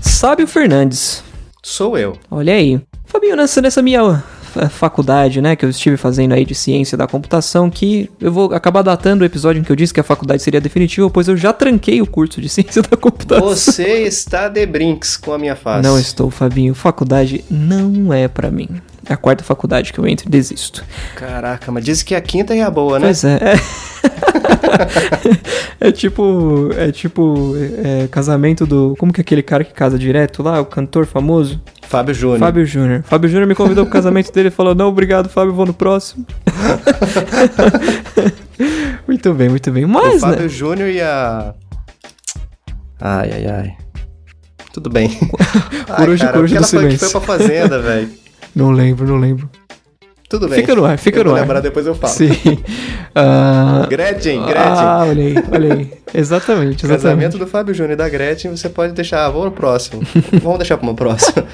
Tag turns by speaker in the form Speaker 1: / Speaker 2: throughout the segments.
Speaker 1: Sábio Fernandes.
Speaker 2: Sou eu.
Speaker 1: Olha aí. Fabinho, nessa, nessa minha faculdade, né, que eu estive fazendo aí de ciência da computação, que eu vou acabar datando o episódio em que eu disse que a faculdade seria definitiva, pois eu já tranquei o curso de ciência da computação.
Speaker 2: Você está de brinks com a minha face.
Speaker 1: Não estou, Fabinho. Faculdade não é para mim. É a quarta faculdade que eu entro e desisto.
Speaker 2: Caraca, mas dizem que a quinta é a boa, né?
Speaker 1: Pois é. é... é tipo. É tipo. é, casamento do. Como que é aquele cara que casa direto lá? O cantor famoso?
Speaker 2: Fábio Júnior.
Speaker 1: Fábio Júnior. Fábio Júnior me convidou pro casamento dele e falou: Não, obrigado, Fábio, vou no próximo. muito bem, muito bem. Mas,
Speaker 2: o Fábio
Speaker 1: né?
Speaker 2: Júnior e a. Ai, ai, ai. Tudo bem.
Speaker 1: Coruja,
Speaker 2: ai, cara,
Speaker 1: coruja do
Speaker 2: o que ela foi que
Speaker 1: silêncio.
Speaker 2: foi pra fazenda, velho.
Speaker 1: Não lembro, não lembro.
Speaker 2: Tudo bem.
Speaker 1: Fica no ar, fica
Speaker 2: eu
Speaker 1: no
Speaker 2: vou
Speaker 1: ar.
Speaker 2: lembrar, depois eu falo.
Speaker 1: Sim. Ah,
Speaker 2: Gretchen, Gretchen.
Speaker 1: Ah, olha aí, olha aí. Exatamente, exatamente.
Speaker 2: Casamento do Fábio Júnior e da Gretchen, você pode deixar, ah, vou no próximo. Vamos deixar pra uma próxima.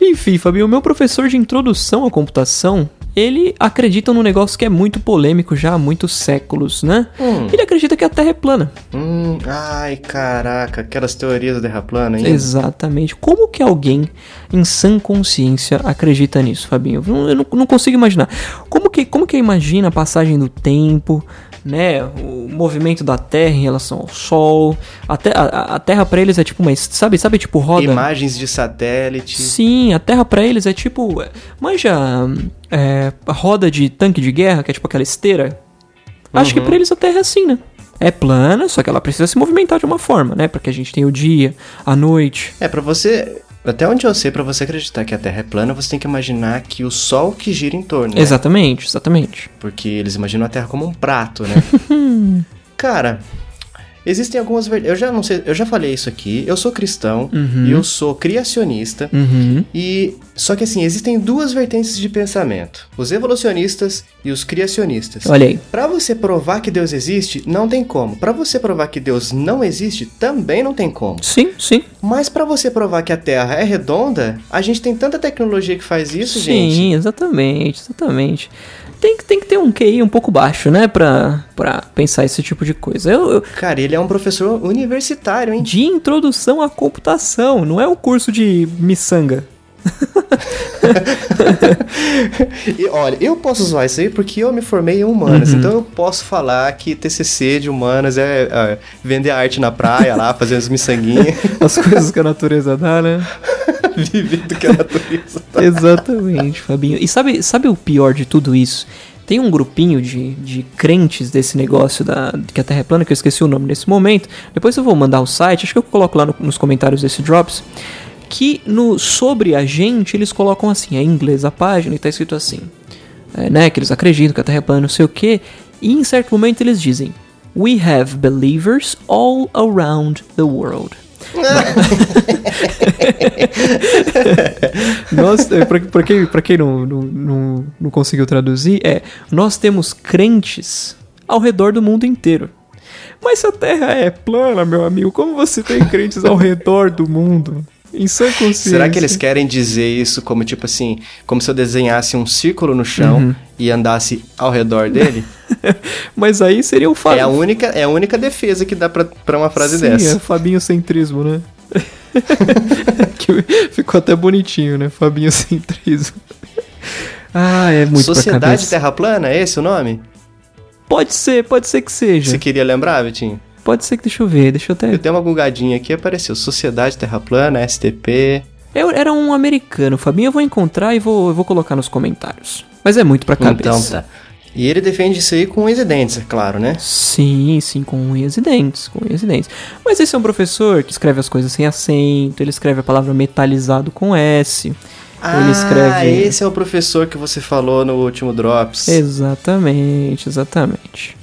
Speaker 1: Enfim, Fabinho, o meu professor de introdução à computação, ele acredita num negócio que é muito polêmico já há muitos séculos, né?
Speaker 2: Hum.
Speaker 1: Ele acredita que a Terra é plana.
Speaker 2: Hum, ai, caraca, aquelas teorias da Terra plana, hein?
Speaker 1: Exatamente. Como que alguém em sã consciência acredita nisso, Fabinho? Eu não, eu não- não consigo imaginar. Como que, como que imagina a passagem do tempo, né? O movimento da Terra em relação ao Sol. A, te- a- a Terra pra eles é tipo uma... es- Sabe, sabe tipo roda?
Speaker 2: Imagens de satélite.
Speaker 1: Sim, a Terra pra eles é tipo. Manja. é, a roda de tanque de guerra, que é tipo aquela esteira. Acho que pra eles a Terra é assim, né? É plana, só que ela precisa se movimentar de uma forma, né? Porque a gente tem o dia, a noite.
Speaker 2: É, pra você. Até onde eu sei, pra você acreditar que a Terra é plana, você tem que imaginar que o Sol que gira em torno. né?
Speaker 1: Exatamente, exatamente.
Speaker 2: Porque eles imaginam a Terra como um prato, né? Cara, existem algumas verdades. Eu já não sei, eu já falei isso aqui. Eu sou cristão e eu sou criacionista.
Speaker 1: Uhum.
Speaker 2: E só que assim, existem duas vertentes de pensamento: os evolucionistas e os criacionistas.
Speaker 1: Olha aí.
Speaker 2: Pra você provar que Deus existe, não tem como. Pra você provar que Deus não existe, também não tem como.
Speaker 1: Sim, sim.
Speaker 2: Mas pra você provar que a Terra é redonda, a gente tem tanta tecnologia que faz isso,
Speaker 1: sim,
Speaker 2: gente.
Speaker 1: exatamente, exatamente. Tem que, tem que ter um QI um pouco baixo, né? Pra, pra pensar esse tipo de coisa. Eu, eu-
Speaker 2: Cara, ele é um professor universitário, hein?
Speaker 1: de introdução à computação, não é um curso de miçanga.
Speaker 2: E, olha, eu posso usar isso aí porque eu me formei em
Speaker 1: Uhum.
Speaker 2: humanas, então eu posso falar que TCC de humanas é, é, vender arte na praia lá, fazer as miçanguinhas,
Speaker 1: As coisas que a natureza dá, né?
Speaker 2: viver do que a natureza.
Speaker 1: Exatamente, Fabinho. E sabe, sabe o pior de tudo isso? Tem um grupinho de, de crentes desse negócio da que a Terra é plana, que eu esqueci o nome nesse momento. Depois eu vou mandar o site, acho que eu coloco lá no- nos comentários desse Drops. Que no sobre a gente eles colocam assim, é em inglês a página e tá escrito assim. é, né, que eles acreditam que a Terra é plana, não sei o quê. E em certo momento eles dizem: We have believers all around the world. Nós, é, pra, pra quem, pra quem não, não, não, não conseguiu traduzir, é nós temos crentes ao redor do mundo inteiro. Mas se a Terra é plana, meu amigo, como você tem crentes ao redor do mundo? Em sã consciência.
Speaker 2: Será que eles querem dizer isso como tipo assim, como se eu desenhasse um círculo no chão
Speaker 1: Uhum.
Speaker 2: e andasse ao redor dele?
Speaker 1: Mas aí seria o
Speaker 2: é a
Speaker 1: Fabinho.
Speaker 2: única, é a única defesa que dá pra, pra uma frase
Speaker 1: Sim,
Speaker 2: dessa.
Speaker 1: é Fabinho centrismo, né? Que ficou até bonitinho, né? Fabinho centrismo. Ah, é muito pra
Speaker 2: Sociedade
Speaker 1: cabeça.
Speaker 2: Terra Plana, é esse o nome?
Speaker 1: Pode ser, pode ser que seja.
Speaker 2: Você queria lembrar, Vitinho?
Speaker 1: Pode ser que deixa eu ver, deixa eu até
Speaker 2: Eu dei uma gugadinha aqui apareceu Sociedade Terra Plana, STP.
Speaker 1: Eu era um americano, Fabinho. Eu vou encontrar e vou, eu vou colocar nos comentários. Mas é muito pra cabeça.
Speaker 2: Então tá. E ele defende isso aí com unhas e dentes, é claro, né?
Speaker 1: Sim, sim, com unhas e dentes, com unhas e dentes. Mas esse é um professor que escreve as coisas sem acento, ele escreve a palavra metalizado com S. ele
Speaker 2: Ah,
Speaker 1: escreve. É,
Speaker 2: esse é o professor que você falou no último Drops.
Speaker 1: Exatamente, exatamente.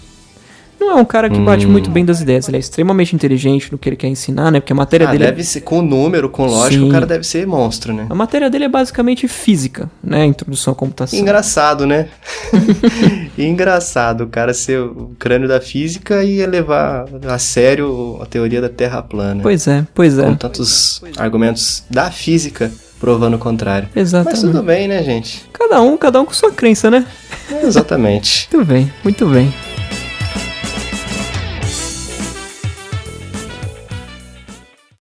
Speaker 1: Não é um cara que
Speaker 2: Hum.
Speaker 1: bate muito bem das ideias, ele é extremamente inteligente no que ele quer ensinar, né? Porque a matéria
Speaker 2: Ah,
Speaker 1: dele é
Speaker 2: deve ser com número, com lógica,
Speaker 1: Sim.
Speaker 2: o cara deve ser monstro, né?
Speaker 1: A matéria dele é basicamente física, né? Introdução à computação.
Speaker 2: Engraçado, né? Engraçado o cara ser o crânio da física e levar a sério a teoria da Terra plana.
Speaker 1: Pois é, pois é.
Speaker 2: Com tantos argumentos da física provando o contrário. Mas
Speaker 1: Exatamente.
Speaker 2: tudo bem, né, gente?
Speaker 1: Cada um, cada um com sua crença, né?
Speaker 2: É, Exatamente.
Speaker 1: Muito bem, muito bem.